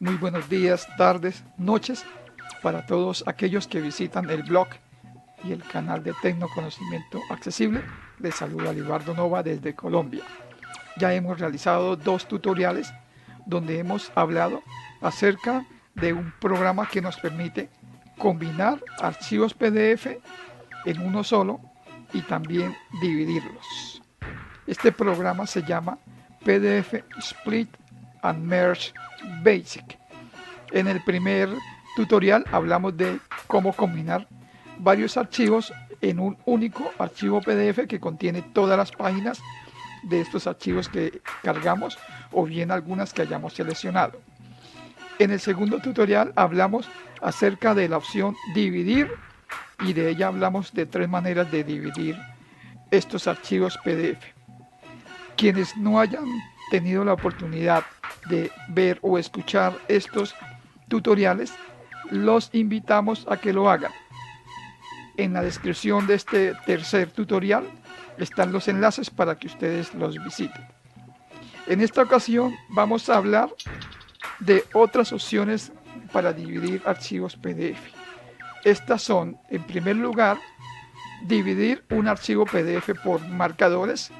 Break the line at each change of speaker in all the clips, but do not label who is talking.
Muy buenos días, tardes, noches para todos aquellos que visitan el blog y el canal de Tecnoconocimiento Accesible. Les saluda Libardo Nova desde Colombia. Ya hemos realizado dos tutoriales donde hemos hablado acerca de un programa que nos permite combinar archivos PDF en uno solo y también dividirlos. Este programa se llama PDF Split and Merge Basic. En el primer tutorial hablamos de cómo combinar varios archivos en un único archivo PDF que contiene todas las páginas de estos archivos que cargamos o bien algunas que hayamos seleccionado. En el segundo tutorial hablamos acerca de la opción dividir y de ella hablamos de tres maneras de dividir estos archivos PDF. Quienes no hayan tenido la oportunidad de ver o escuchar estos tutoriales, los invitamos a que lo hagan. En la descripción de este tercer tutorial están los enlaces para que ustedes los visiten. En esta ocasión vamos a hablar de otras opciones para dividir archivos PDF. Estas son, en primer lugar, dividir un archivo PDF por marcadores.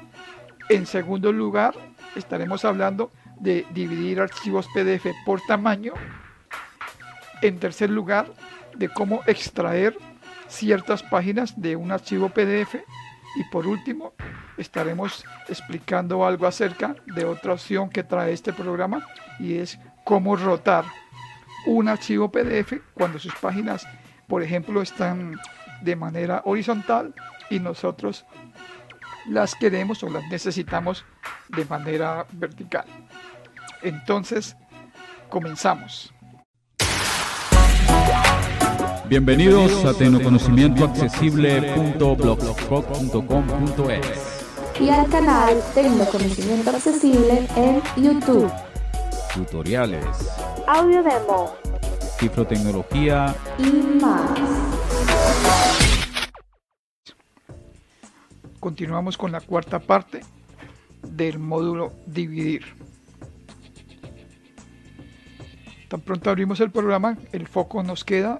En segundo lugar, estaremos hablando de dividir archivos PDF por tamaño. En tercer lugar, de cómo extraer ciertas páginas de un archivo PDF. Y por último, estaremos explicando algo acerca de otra opción que trae este programa y es cómo rotar un archivo PDF cuando sus páginas, por ejemplo, están de manera horizontal y nosotros las queremos o las necesitamos de manera vertical. Entonces, comenzamos.
Bienvenidos a tecnoconocimientoaccesible.blogspot.com.es
y al canal Tecnoconocimiento Accesible en YouTube.
Tutoriales,
Audio demo
cifrotecnología,
y más.
Continuamos con la cuarta parte del módulo dividir. Tan pronto abrimos el programa, el foco nos queda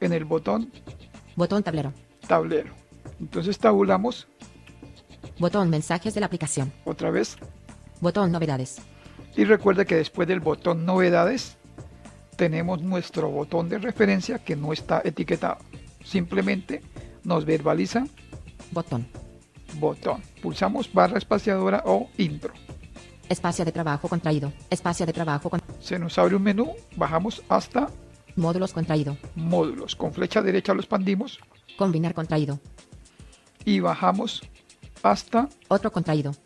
en el botón
Botón tablero.
tablero. Entonces tabulamos
Botón mensajes de la aplicación.
otra vez
Botón novedades.
Y recuerda que después del botón novedades tenemos nuestro botón de referencia que no está etiquetado. Simplemente nos verbaliza
Botón.
botón. Pulsamos barra espaciadora o intro.
Espacio de trabajo contraído. Espacio de trabajo con
Se nos abre un menú, bajamos hasta
módulos contraído.
módulos. Con flecha derecha lo expandimos
Combinar contraído.
y bajamos hasta
Otro contraído.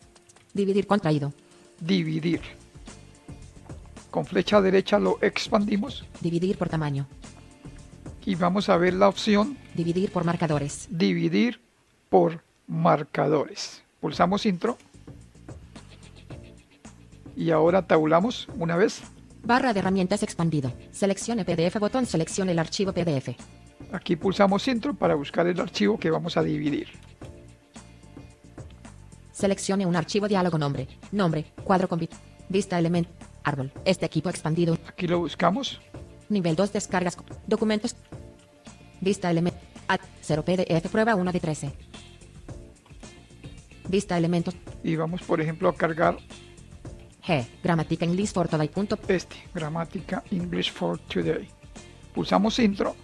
Dividir contraído.
dividir. Con flecha derecha lo expandimos
Dividir por tamaño.
y vamos a ver la opción
Dividir por marcadores.
dividir por marcadores. Pulsamos intro. Y ahora tabulamos una vez.
Barra de herramientas expandido. Seleccione PDF. Botón seleccione el archivo PDF.
Aquí pulsamos intro para buscar el archivo que vamos a dividir.
Seleccione un archivo diálogo nombre. Nombre. Cuadro con bit. Vista elemento. Árbol. Este equipo expandido.
Aquí lo buscamos.
Nivel 2 descargas. co- Documentos. Vista elemento. 0 PDF prueba 1 de 13. Vista elementos.
Y vamos, por ejemplo, a cargar
G. Gramática English for Today. punto,
este, gramática English for Today. Pulsamos intro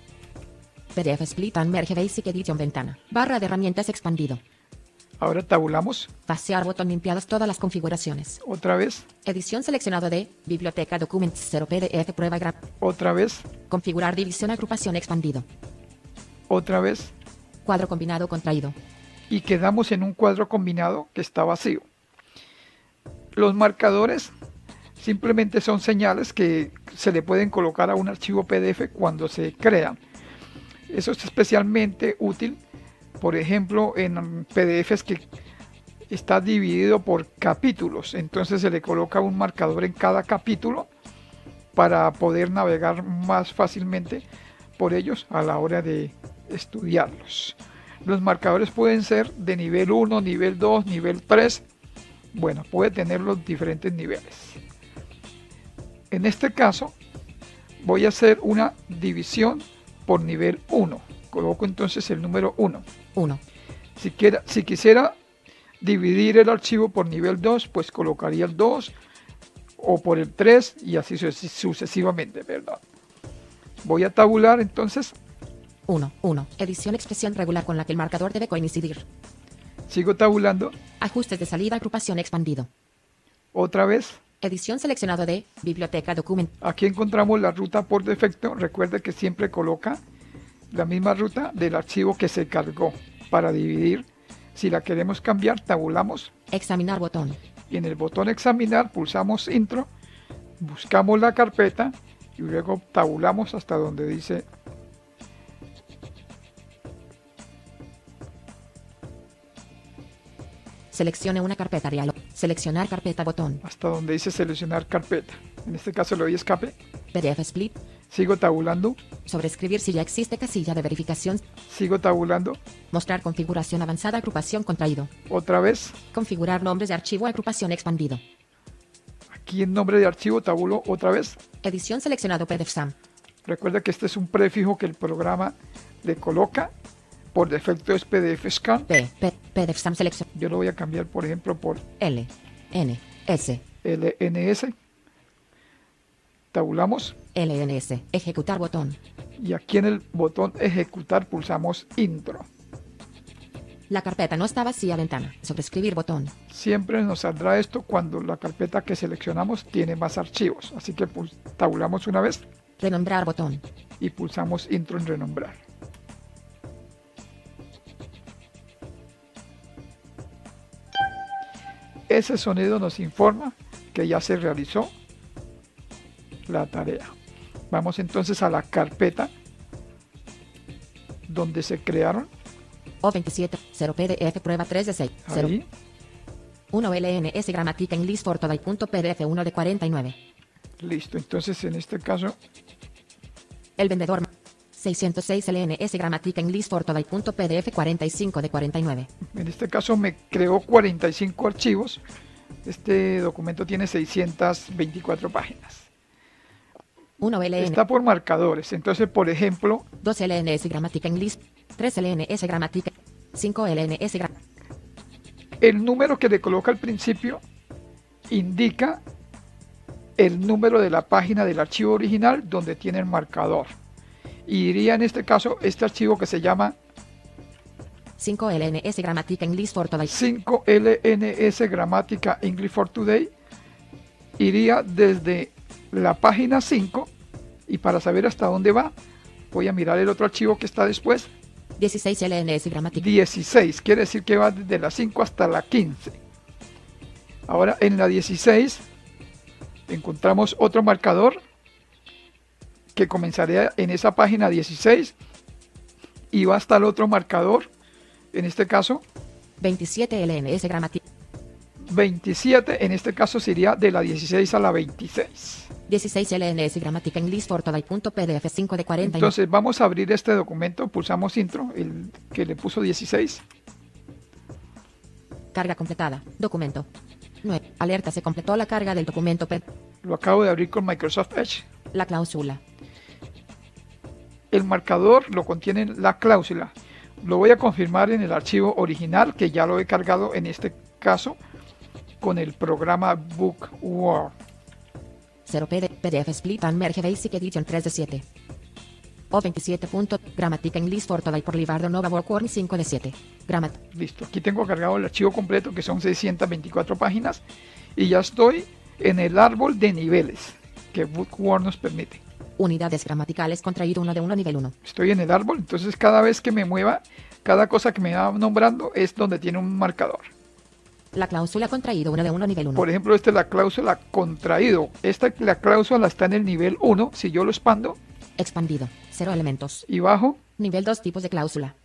PDF Split and Merge Basic Edition ventana. Barra de herramientas expandido.
Ahora tabulamos
Vaciar botón limpiadas todas las configuraciones.
otra vez,
Edición seleccionado de Biblioteca Documents 0 PDF prueba gra-
otra vez,
Configurar división agrupación expandido.
otra vez.
Cuadro combinado contraído.
Y quedamos en un cuadro combinado que está vacío. Los marcadores simplemente son señales que se le pueden colocar a un archivo PDF cuando se crean. Eso es especialmente útil, por ejemplo, en PDFs que está dividido por capítulos. Entonces se le coloca un marcador en cada capítulo para poder navegar más fácilmente por ellos a la hora de estudiarlos. Los marcadores pueden ser de nivel 1, nivel 2, nivel 3. Bueno, puede tener los diferentes niveles. En este caso, voy a hacer una división por nivel 1. Coloco entonces el número 1.
1,
Si, quiera- si quisiera dividir el archivo por nivel 2, pues colocaría el 2 o por el 3 y así suces- sucesivamente, ¿verdad? Voy a tabular entonces,
1, 1. Edición expresión regular con la que el marcador debe coincidir.
sigo tabulando
Ajustes de salida agrupación expandido.
otra vez.
Edición seleccionado de biblioteca documento.
Aquí encontramos la ruta por defecto. Recuerde que siempre coloca la misma ruta del archivo que se cargó para dividir. Si la queremos cambiar, tabulamos
Examinar botón.
y en el botón examinar pulsamos intro, buscamos la carpeta y luego tabulamos hasta donde dice
Seleccione una carpeta diálogo. Seleccionar carpeta botón.
hasta donde dice seleccionar carpeta. En este caso le doy escape,
PDF split.
sigo tabulando,
Sobrescribir si ya existe casilla de verificación.
sigo tabulando,
Mostrar configuración avanzada agrupación contraído.
otra vez,
Configurar nombres de archivo agrupación expandido.
aquí en nombre de archivo tabulo otra vez.
Edición seleccionado PDF SAM.
Recuerda que este es un prefijo que el programa le coloca, por defecto es PDF scan.
P, P, PDF SAM selección.
Yo lo voy a cambiar por ejemplo por
L, N, S,
LNS. Tabulamos
LNS. Ejecutar botón.
y aquí en el botón ejecutar pulsamos intro.
La carpeta no está vacía ventana. Sobrescribir botón.
Siempre nos saldrá esto cuando la carpeta que seleccionamos tiene más archivos, así que pul- tabulamos una vez
Renombrar botón.
y pulsamos intro en renombrar. Ese sonido nos informa que ya se realizó la tarea. Vamos entonces a la carpeta donde se crearon.
O27, 0 PDF prueba 3 de 6. 0,
Ahí
1 LNS gramática en list for today punto PDF 1 de 49.
Listo, entonces en este caso
El vendedor. 606 LNS gramática en list for today punto PDF 45 de 49.
En este caso me creó 45 archivos. Este documento tiene 624 páginas.
1 LN.
Está por marcadores. Entonces, por ejemplo,
2 LNS gramática en list. 3 LNS gramática. 5 LNS gra-
el número que le coloca al principio indica el número de la página del archivo original donde tiene el marcador. Y diría en este caso este archivo que se llama
5 LNS gramática en list for today.
5LNS Gramática English for Today iría desde la página 5 y para saber hasta dónde va voy a mirar el otro archivo que está después
16 LNS gramática.
16 quiere decir que va desde la 5 hasta la 15 ahora en la 16 encontramos otro marcador que comenzaría en esa página 16 y va hasta el otro marcador en este caso
27 LNS gramática.
27, en este caso sería de la 16 a la 26.
16 LNS gramática en list for today punto PDF 5 de 49.
Entonces vamos a abrir este documento, pulsamos intro, el que le puso 16,
Carga completada. Documento. 9. Alerta. Se completó la carga del documento. P.
lo acabo de abrir con Microsoft Edge.
La cláusula.
El marcador lo contiene la cláusula. Lo voy a confirmar en el archivo original que ya lo he cargado en este caso con el programa Book Word.
0 PD, PDF Split and Merge Basic Edition 3 de 7. O 27. Punto, gramática en list for today por Livardo Nova Workworm 5 de 7. Gramat.
Listo, aquí tengo cargado el archivo completo que son 624 páginas y ya estoy en el árbol de niveles que Book Word nos permite.
Unidades gramaticales contraído 1 de 1 nivel 1.
estoy en el árbol, entonces cada vez que me mueva, cada cosa que me va nombrando es donde tiene un marcador.
La cláusula contraído 1 de 1 nivel 1.
Por e-, ejemplo, esta es la cláusula contraído. Esta la cláusula está en el nivel 1, si yo lo expando
Expandido. 0 elementos.
y bajo,
Nivel 2 tipos de cláusula.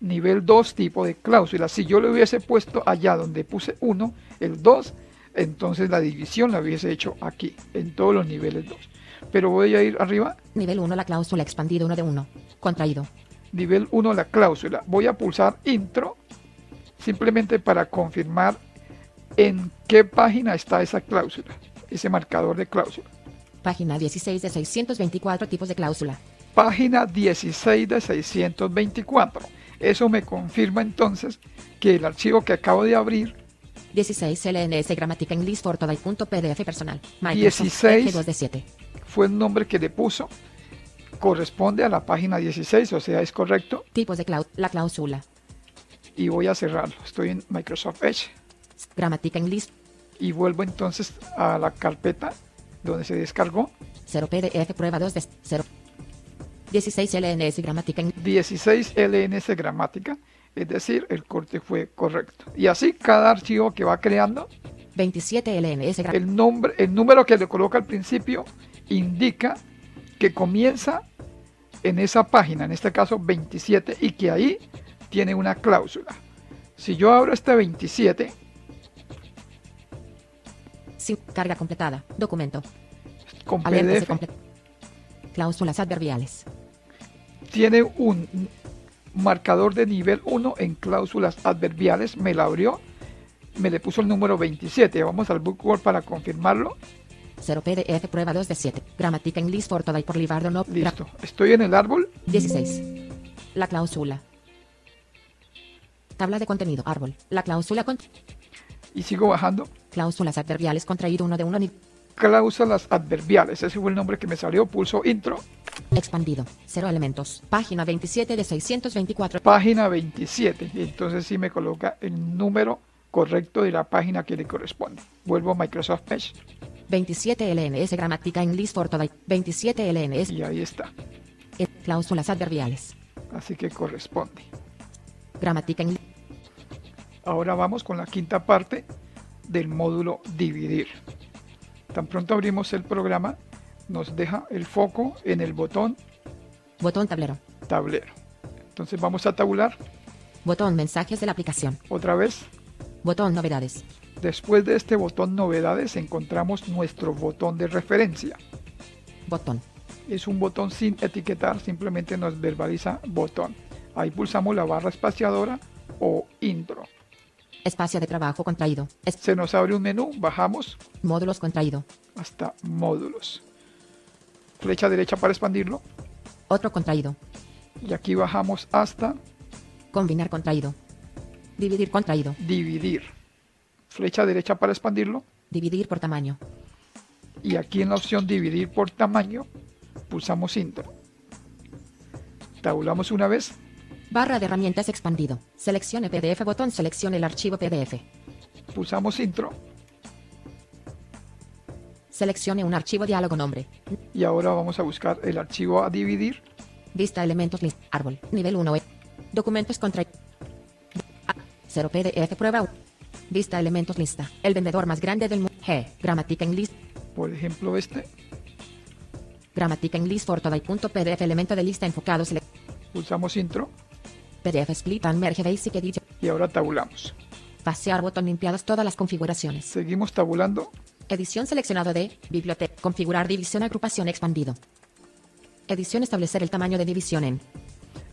nivel 2 tipo de cláusula. Si yo le hubiese puesto allá donde puse 1, el 2, entonces la división la hubiese hecho aquí, en todos los niveles 2. Pero voy a ir arriba,
Nivel 1 la cláusula expandido 1 de 1. Contraído.
nivel 1 la cláusula. Voy a pulsar intro simplemente para confirmar en qué página está esa cláusula, ese marcador de cláusula.
Página 16 de 624 tipos de cláusula.
Página 16 de 624. Eso me confirma entonces que el archivo que acabo de abrir
16 LNS gramática English for Today punto PDF personal.
16.
2 de 7.
fue el nombre que le puso. Corresponde a la página 16, o sea, es correcto.
Tipos de clau- la cláusula.
Y voy a cerrarlo. Estoy en Microsoft Edge.
Gramática English
Y vuelvo entonces a la carpeta donde se descargó
0 PDF prueba 2 de 0. 16 LNS gramática en
16 LNS gramática. Es decir, el corte fue correcto. Y así cada archivo que va creando
27 LNS gra-
el nombre, el número que le coloca al principio indica que comienza en esa página, en este caso 27, y que ahí tiene una cláusula. Si yo abro este 27,
sin carga completada. Documento.
con
Alerta se
PDF,
comple- Cláusulas adverbiales.
tiene un marcador de nivel 1 en cláusulas adverbiales, me la abrió, me le puso el número 27, vamos al Bookword para confirmarlo,
0 PDF prueba 2 de 7. Gramática English for Today por Libardo no. gra-
listo, estoy en el árbol,
16. La cláusula. Tabla de contenido. Árbol. La cláusula con
y sigo bajando,
cláusulas adverbiales contraído uno de uno ni
cláusulas adverbiales, ese fue el nombre que me salió, pulso intro,
expandido. Cero elementos. Página 27 de 624.
página 27. y Entonces sí me coloca el número correcto de la página que le corresponde. Vuelvo a Microsoft Edge
27 LNS gramática English for Today. 27 LNS.
y ahí está.
eh, Cláusulas adverbiales.
Así que corresponde.
Gramática en
Ahora vamos con la quinta parte del módulo dividir. Tan pronto abrimos el programa, nos deja el foco en el botón
botón tablero.
tablero. Entonces vamos a tabular
Botón mensajes de la aplicación.
otra vez.
Botón novedades.
Después de este botón novedades encontramos nuestro botón de referencia.
Botón.
es un botón sin etiquetar, simplemente nos verbaliza botón. Ahí pulsamos la barra espaciadora o intro.
Espacio de trabajo contraído. Es-
Se nos abre un menú, bajamos
módulos contraído.
hasta módulos. Flecha derecha para expandirlo
Otro contraído.
y aquí bajamos hasta
Combinar contraído. Dividir contraído.
dividir. Flecha derecha para expandirlo
Dividir por tamaño.
y aquí en la opción dividir por tamaño pulsamos intro. Tabulamos una vez,
Barra de herramientas expandido. Seleccione PDF. Botón seleccione el archivo PDF.
pulsamos intro
Seleccione un archivo diálogo nombre.
y ahora vamos a buscar el archivo a dividir
Vista elementos list. Árbol. Nivel 1. E. Documentos contra. 0 PDF prueba. u- Vista elementos lista. El vendedor más grande del mundo. G. Gramática en list.
por ejemplo este,
Gramática en list for today punto PDF. Elemento de lista enfocado. sele-
pulsamos intro
PDF split and merge basic edition.
y ahora tabulamos.
Pasear botón limpiadas todas las configuraciones.
Seguimos tabulando,
Edición seleccionado de biblioteca. Configurar división agrupación expandido. Edición establecer el tamaño de división en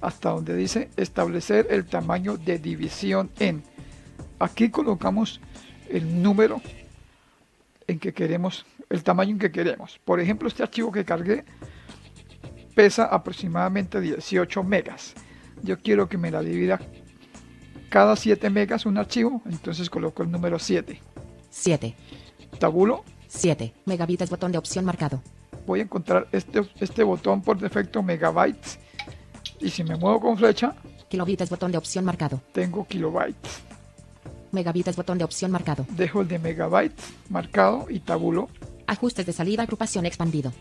hasta donde dice establecer el tamaño de división en. Aquí colocamos el número en que queremos, el tamaño en que queremos. Por ejemplo, este archivo que cargué pesa aproximadamente 18 megas. Yo quiero que me la divida cada 7 megas un archivo, entonces coloco el número 7.
7.
Tabulo,
7. Megabytes botón de opción marcado.
voy a encontrar este, este botón por defecto megabytes y si me muevo con flecha
Kilobytes botón de opción marcado.
tengo kilobytes.
Megabytes botón de opción marcado.
dejo el de megabytes marcado y tabulo
Ajustes de salida agrupación expandido.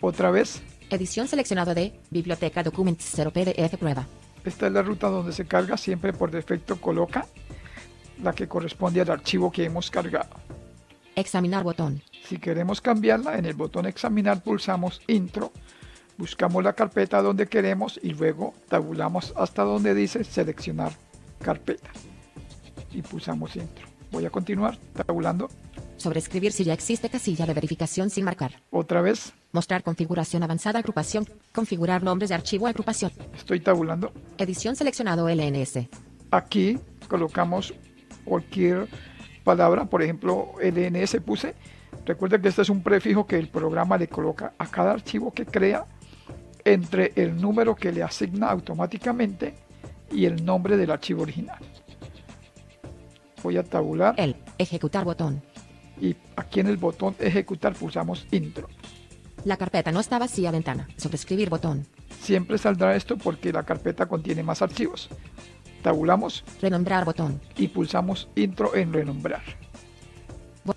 otra vez.
Edición seleccionado de Biblioteca Documents 0 PDF prueba.
Esta es la ruta donde se carga, siempre por defecto coloca la que corresponde al archivo que hemos cargado.
Examinar botón.
Si queremos cambiarla, en el botón examinar pulsamos intro, buscamos la carpeta donde queremos y luego tabulamos hasta donde dice seleccionar carpeta y pulsamos intro. Voy a continuar tabulando
Sobrescribir si ya existe casilla de verificación sin marcar.
otra vez.
Mostrar configuración avanzada agrupación. Configurar nombres de archivo agrupación.
Estoy tabulando
Edición seleccionado LNS.
aquí colocamos cualquier palabra, por ejemplo, LNS puse Recuerda que este es un prefijo que el programa le coloca a cada archivo que crea entre el número que le asigna automáticamente y el nombre del archivo original. Voy a tabular
El. Ejecutar botón.
y aquí en el botón ejecutar pulsamos intro.
La carpeta no está vacía. Ventana. Sobrescribir botón.
Siempre saldrá esto porque la carpeta contiene más archivos. Tabulamos
Renombrar botón.
y pulsamos intro en renombrar.
Bu-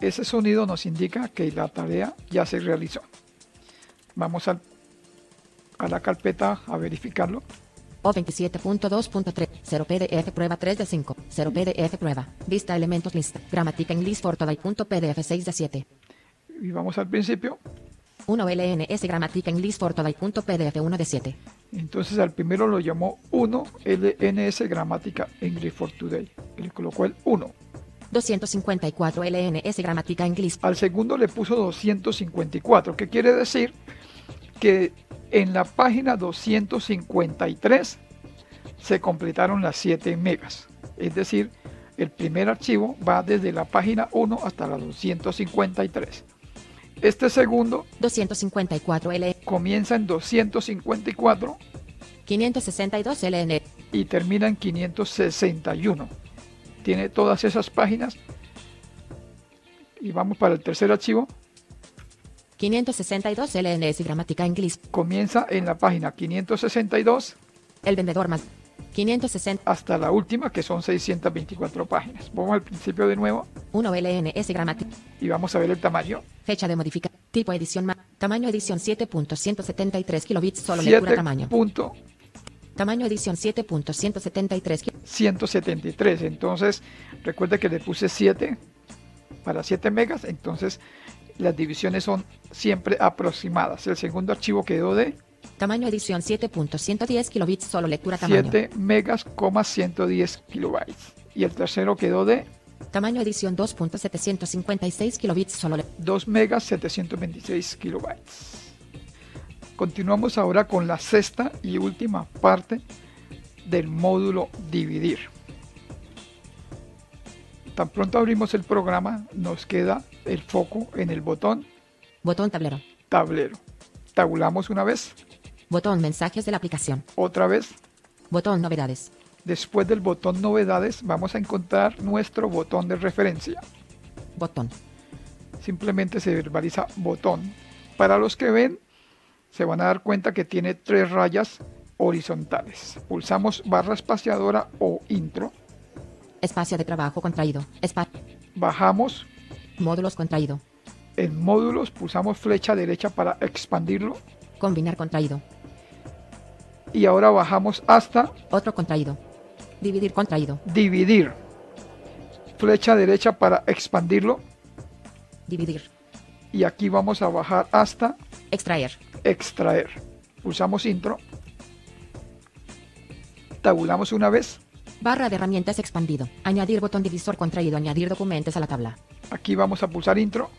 Ese sonido nos indica que la tarea ya se realizó. Vamos al- a la carpeta a verificarlo.
O 27.2.3. 0 PDF prueba 3 de 5. 0 PDF prueba. Vista elementos lista. Gramática en list for today. punto PDF 6 de 7.
Y vamos al principio.
1 LNS gramática en list for today. punto PDF 1 de 7.
Entonces al primero lo llamó 1 LNS Gramática English for Today. y Le colocó el 1.
254 LNS gramática en list.
Al segundo le puso 254, que quiere decir que en la página 253 se completaron las 7 megas. Es decir, el primer archivo va desde la página 1 hasta la 253. Este segundo
254 L.
comienza en 254
562 LN.
y termina en 561. Tiene todas esas páginas. Y vamos para el tercer archivo.
562 LNS gramática en list.
Comienza en la página 562
El vendedor más. 560.
hasta la última, que son 624 páginas. Vamos al principio de nuevo
1 LNS gramática.
y vamos a ver el tamaño.
Fecha de modificar. Tipo edición más. Tamaño edición 7.173 kilobits. Solo lectura tamaño.
7.173.
Tamaño edición 7.173 kilo-
Entonces, recuerde que le puse 7 para 7 megas. Entonces, las divisiones son siempre aproximadas. El segundo archivo quedó de
Tamaño edición 7.110 kilobits. Solo lectura tamaño.
7 megas, coma 110 kilobytes. Y el tercero quedó de
Tamaño edición 2.756 kilobits. Solo le-
2 megas, 726 kilobytes. Continuamos ahora con la sexta y última parte del módulo dividir. Tan pronto abrimos el programa, nos queda el foco en el botón
Botón tablero.
tablero. Tabulamos una vez,
Botón mensajes de la aplicación.
otra vez.
Botón novedades.
Después del botón novedades vamos a encontrar nuestro botón de referencia.
Botón.
simplemente se verbaliza botón. Para los que ven, se van a dar cuenta que tiene tres rayas horizontales. Pulsamos barra espaciadora o intro,
Espacio de trabajo contraído. Spa-
bajamos
Módulos contraído.
en módulos, pulsamos flecha derecha para expandirlo
Combinar contraído.
y ahora bajamos hasta
Otro contraído. Dividir contraído.
dividir. Flecha derecha para expandirlo
Dividir.
y aquí vamos a bajar hasta
Extraer.
extraer. Pulsamos intro, tabulamos una vez
Barra de herramientas expandido. Añadir botón divisor contraído. Añadir documentos a la tabla.
Aquí vamos a pulsar intro,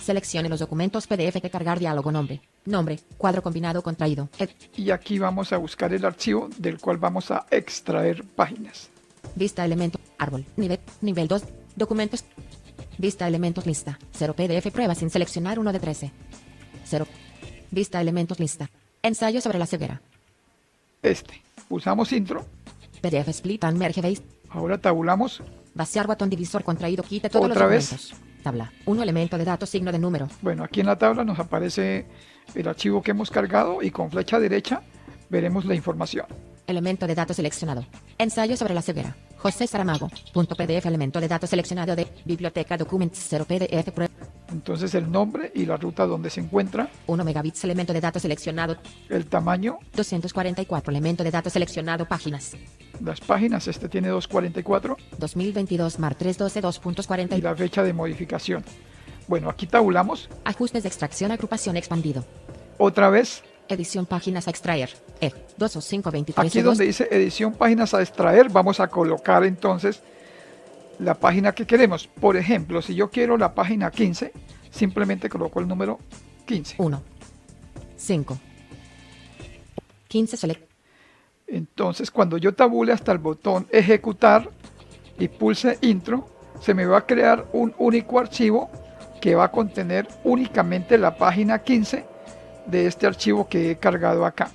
Seleccione los documentos PDF que cargar diálogo nombre. Nombre. Cuadro combinado contraído. Ed-
y aquí vamos a buscar el archivo del cual vamos a extraer páginas.
Vista elemento. Árbol. Nivel. Nivel 2. Documentos. Vista elementos lista. 0 PDF prueba sin seleccionar uno de 13. 0. Vista elementos lista. Ensayo sobre la ceguera.
Este. Pulsamos intro.
PDF split and merge base.
Ahora tabulamos.
Vaciar botón divisor contraído. Quita todos
¿Otra vez?
los documentos. Tabla. Un elemento de datos signo de número.
Bueno, aquí en la tabla nos aparece el archivo que hemos cargado y con flecha derecha veremos la información.
Elemento de datos seleccionado. Ensayo sobre la ceguera. José Saramago. Punto PDF. Elemento de datos seleccionado de Biblioteca Documents 0 PDF. prueba.
Entonces el nombre y la ruta donde se encuentra,
1 megabits. Elemento de datos seleccionado.
el tamaño,
244. Elemento de datos seleccionado. Páginas.
las páginas. Este tiene 244
2022 mar 312
y
2.40.
la fecha de modificación. Bueno, aquí tabulamos.
Ajustes de extracción. Agrupación expandido.
Otra vez,
Edición páginas a extraer. E. 2 o 5 23
Aquí donde dice edición páginas a extraer, vamos a colocar entonces la página que queremos. Por ejemplo, si yo quiero la página 15, simplemente coloco el número 15.
1. 5. 15 select.
Entonces, cuando yo tabule hasta el botón ejecutar y pulse intro, se me va a crear un único archivo que va a contener únicamente la página 15 de este archivo que he cargado acá.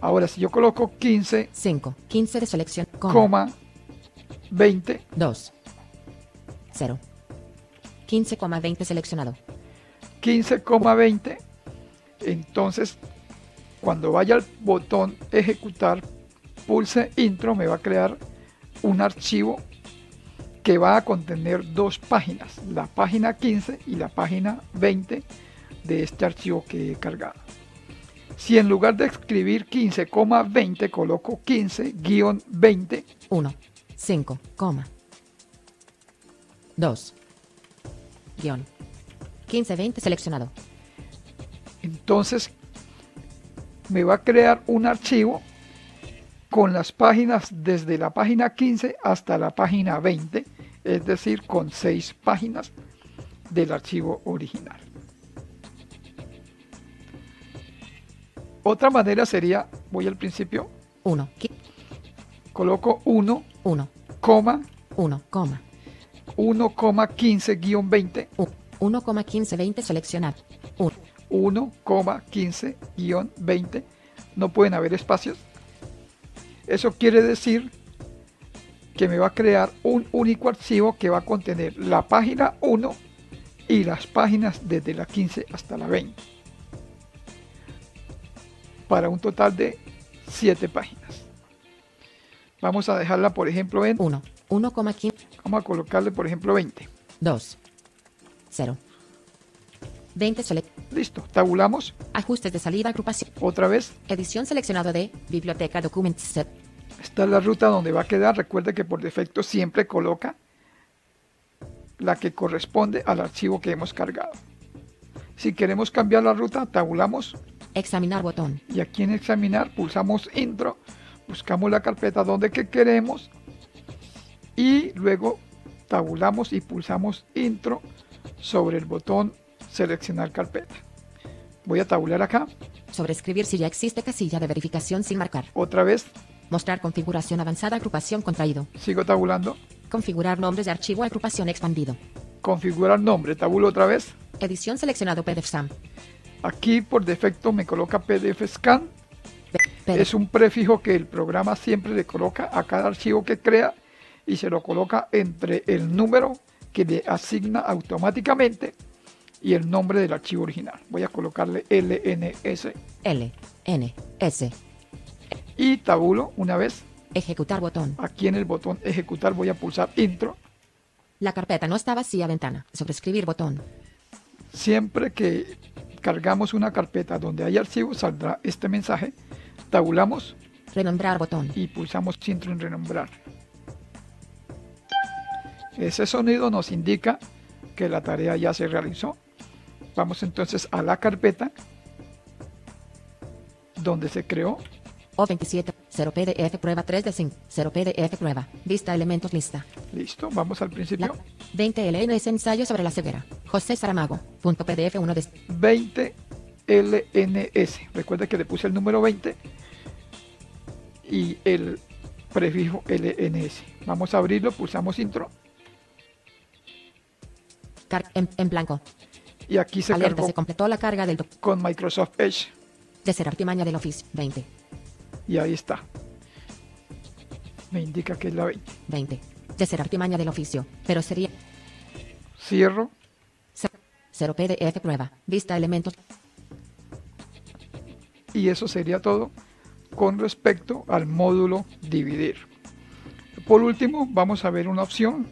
Ahora, si yo coloco 15,
5, 15 de selección, coma,
coma 20,
2, 0. 15,20 seleccionado.
15,20, entonces cuando vaya al botón ejecutar, pulse intro, me va a crear un archivo que va a contener dos páginas, la página 15 y la página 20 de este archivo que he cargado. Si en lugar de escribir 15,20 coloco 15-20,
1, 5, coma. 2. Guión. 15, 20 seleccionado.
entonces me va a crear un archivo con las páginas desde la página 15 hasta la página 20, es decir, con seis páginas del archivo original. Otra manera sería, voy al principio,
1, qui-
coloco 1,
1, 1, coma.
1,15-20,
1,15, 20 seleccionado. 1,
1,15-20. No pueden haber espacios. Eso quiere decir que me va a crear un único archivo que va a contener la página 1 y las páginas desde la 15 hasta la 20. Para un total de 7 páginas. Vamos a dejarla, por ejemplo, en...
1, 1,15,
Vamos a colocarle, por ejemplo, 20.
2, 0. 20 seleccionado.
Listo. Tabulamos
Ajustes de salida, agrupación.
otra vez.
Edición seleccionado de Biblioteca Documents Set.
Esta es la ruta donde va a quedar. Recuerde que por defecto siempre coloca la que corresponde al archivo que hemos cargado. Si queremos cambiar la ruta, tabulamos
Examinar botón.
y aquí en examinar pulsamos intro, buscamos la carpeta donde que queremos y luego tabulamos y pulsamos intro sobre el botón seleccionar carpeta. Voy a tabular acá,
Sobrescribir si ya existe casilla de verificación sin marcar.
otra vez
Mostrar configuración avanzada, agrupación contraído.
sigo tabulando,
Configurar nombres de archivo, agrupación expandido.
configurar nombre, tabulo otra vez,
Edición seleccionado PDF SAM.
Aquí por defecto me coloca PDF scan.
Pero
Es un prefijo que el programa siempre le coloca a cada archivo que crea y se lo coloca entre el número que le asigna automáticamente y el nombre del archivo original. Voy a colocarle LNS
L, N, S.
y tabulo una vez.
Ejecutar botón.
Aquí en el botón ejecutar voy a pulsar intro.
La carpeta no está vacía ventana. Sobrescribir botón.
Siempre que cargamos una carpeta donde hay archivos saldrá este mensaje. Tabulamos
Renombrar botón.
y pulsamos Intro en renombrar. Ese sonido nos indica que la tarea ya se realizó. Vamos entonces a la carpeta donde se creó.
O27. 0 PDF prueba 3 de 5. 0 PDF prueba. Vista elementos lista.
Listo, vamos al
La
principio.
20 LNS ensayo sobre la ceguera. José Saramago. Punto PDF 1 de
20 LNS. Recuerda que le puse el número 20 y el prefijo LNS. Vamos a abrirlo, pulsamos intro
car- en, en blanco.
y aquí se
Alerta
cargó
se completó la carga del doc-
con Microsoft Edge.
de ser artimaña del Office. 20.
Y ahí está. Me indica que es la 20.
20. De ser artimaña del oficio, pero sería
Cierro.
0 PDF prueba. Vista elementos.
Y eso sería todo con respecto al módulo dividir. Por último, vamos a ver una opción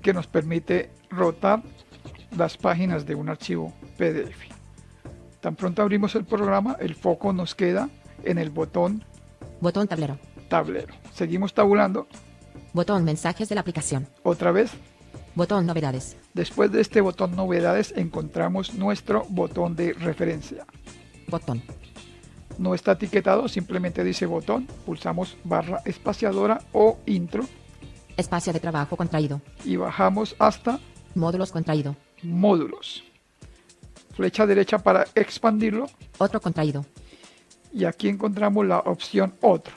que nos permite rotar las páginas de un archivo PDF. Tan pronto abrimos el programa, el foco nos queda en el botón
Botón tablero.
tablero. Seguimos tabulando
Botón mensajes de la aplicación.
otra vez.
Botón novedades.
Después de este botón novedades encontramos nuestro botón de referencia.
Botón.
no está etiquetado, simplemente dice botón, pulsamos barra espaciadora o intro
Espacio de trabajo contraído.
y bajamos hasta
Módulos contraído.
módulos. Flecha derecha para expandirlo
Otro contraído.
y aquí encontramos la opción otro.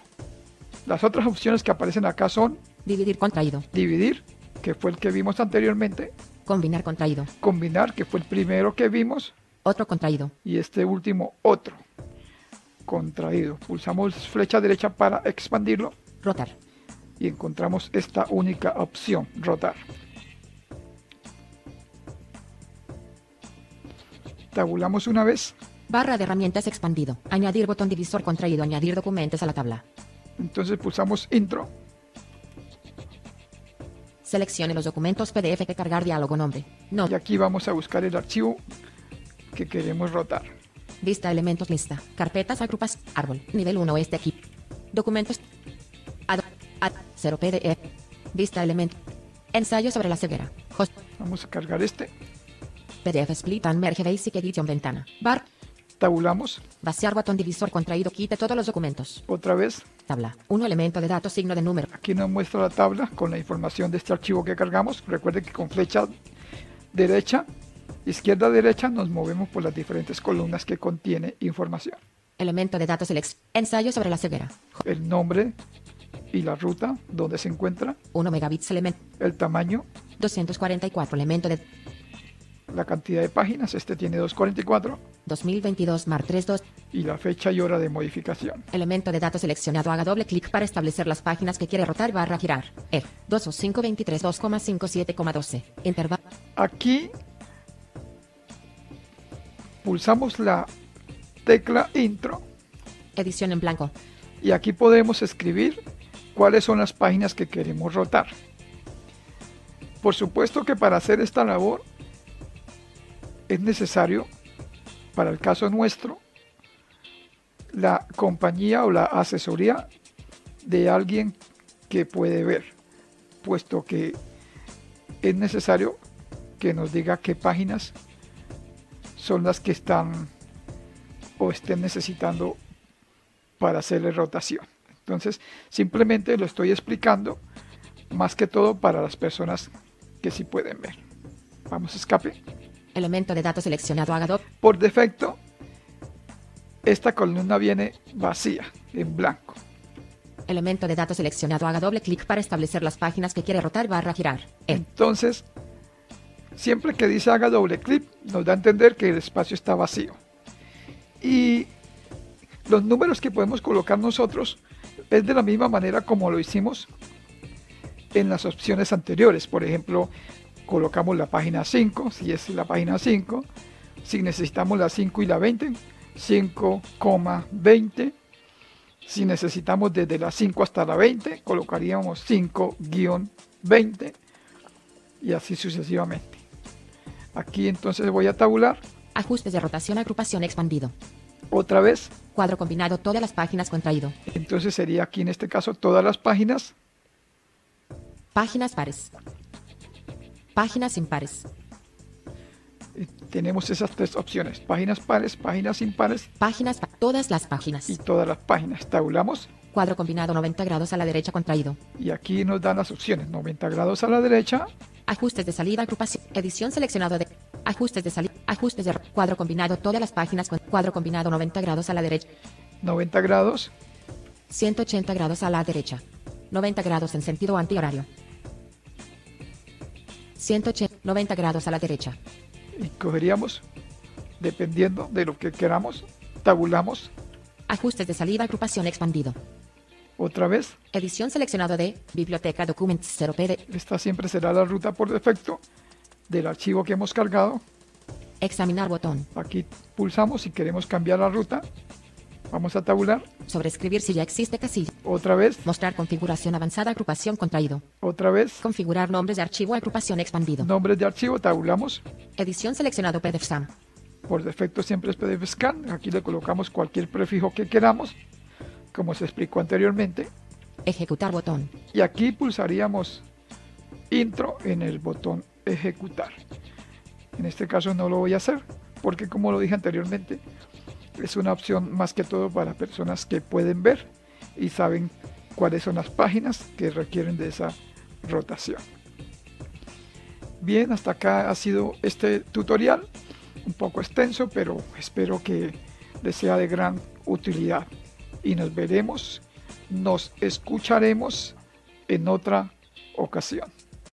Las otras opciones que aparecen acá son
Dividir contraído.
dividir, que fue el que vimos anteriormente,
Combinar contraído.
combinar, que fue el primero que vimos,
Otro contraído.
y este último otro. Contraído. Pulsamos flecha derecha para expandirlo
Rotar.
y encontramos esta única opción, rotar. Tabulamos una vez,
Barra de herramientas expandido. Añadir botón divisor contraído. Añadir documentos a la tabla.
entonces pulsamos intro,
Seleccione los documentos PDF que cargar diálogo nombre. No.
y aquí vamos a buscar el archivo que queremos rotar.
Vista elementos lista. Carpetas agrupas. Árbol. Nivel 1 este aquí. Documentos. Ad, ad, 0 PDF. Vista elemento. Ensayo sobre la ceguera. Host.
Vamos a cargar este,
PDF split and merge basic edition ventana. Bar.
tabulamos
Vaciar botón divisor contraído. Quite todos los documentos.
otra vez,
Tabla. Un elemento de datos signo de número.
aquí nos muestra la tabla con la información de este archivo que cargamos. Recuerden que con flecha derecha, izquierda, derecha nos movemos por las diferentes columnas que contiene información.
Elemento de datos select. Ensayo sobre la ceguera.
El nombre y la ruta donde se encuentra,
1 megabits elemento.
el tamaño,
244 elemento de
la cantidad de páginas, este tiene 244,
2022 mar 32
y la fecha y hora de modificación.
elemento de datos seleccionado haga doble clic para establecer las páginas que quiere rotar barra girar e 2 o 5 23 2,57,12 intervalo
Aquí pulsamos la tecla intro
edición en blanco
y aquí podemos escribir cuáles son las páginas que queremos rotar. Por supuesto que para hacer esta labor es necesario, para el caso nuestro, la compañía o la asesoría de alguien que puede ver, puesto que es necesario que nos diga qué páginas son las que están o estén necesitando para hacerle rotación. Entonces, simplemente lo estoy explicando más que todo para las personas que sí pueden ver. Vamos a escape.
elemento de datos seleccionado haga doble
Por defecto, esta columna viene vacía, en blanco.
elemento de datos seleccionado haga doble clic para establecer las páginas que quiere rotar barra girar e
Entonces, siempre que dice haga doble clic, nos da a entender que el espacio está vacío. Y los números que podemos colocar nosotros es de la misma manera como lo hicimos en las opciones anteriores. Por ejemplo, colocamos la página 5, si es la página 5. Si necesitamos la 5 y la 20, 5,20. Si necesitamos desde la 5 hasta la 20, colocaríamos 5-20 y así sucesivamente. Aquí entonces voy a tabular
ajustes de rotación agrupación expandido
otra vez.
cuadro combinado todas las páginas contraído
Entonces sería aquí en este caso todas las páginas,
páginas pares páginas impares
Eh, tenemos esas tres opciones, páginas pares, páginas impares
páginas pa- todas las páginas
y todas las páginas. Tabulamos
Cuadro combinado 90 grados a la derecha contraído.
y aquí nos dan las opciones, 90 grados a la derecha,
Ajustes de salida, agrupación, edición seleccionado de ajustes de salida, ajustes de ro- cuadro combinado todas las páginas con cuadro combinado 90 grados a la derecha,
90 grados,
180 grados a la derecha, 90 grados en sentido antihorario. 180, 90 grados a la derecha,
y cogeríamos, dependiendo de lo que queramos, tabulamos
ajustes de salida, agrupación expandido,
otra vez.
edición seleccionado de biblioteca documents 0 pd,
Esta siempre será la ruta por defecto del archivo que hemos cargado
examinar botón,
Aquí pulsamos si queremos cambiar la ruta. Vamos a tabular.
sobreescribir si ya existe casilla,
Otra vez,
mostrar configuración avanzada, agrupación contraído,
otra vez.
configurar nombres de archivo, agrupación expandido.
Nombres de archivo, tabulamos.
Edición seleccionado PDF SAM.
Por defecto siempre es PDF scan. Aquí le colocamos cualquier prefijo que queramos, como se explicó anteriormente.
Ejecutar botón.
Y aquí pulsaríamos intro en el botón ejecutar. En este caso no lo voy a hacer porque como lo dije anteriormente, es una opción más que todo para personas que pueden ver y saben cuáles son las páginas que requieren de esa rotación. Bien, hasta acá ha sido este tutorial, un poco extenso, pero espero que les sea de gran utilidad y nos veremos Nos escucharemos en otra ocasión.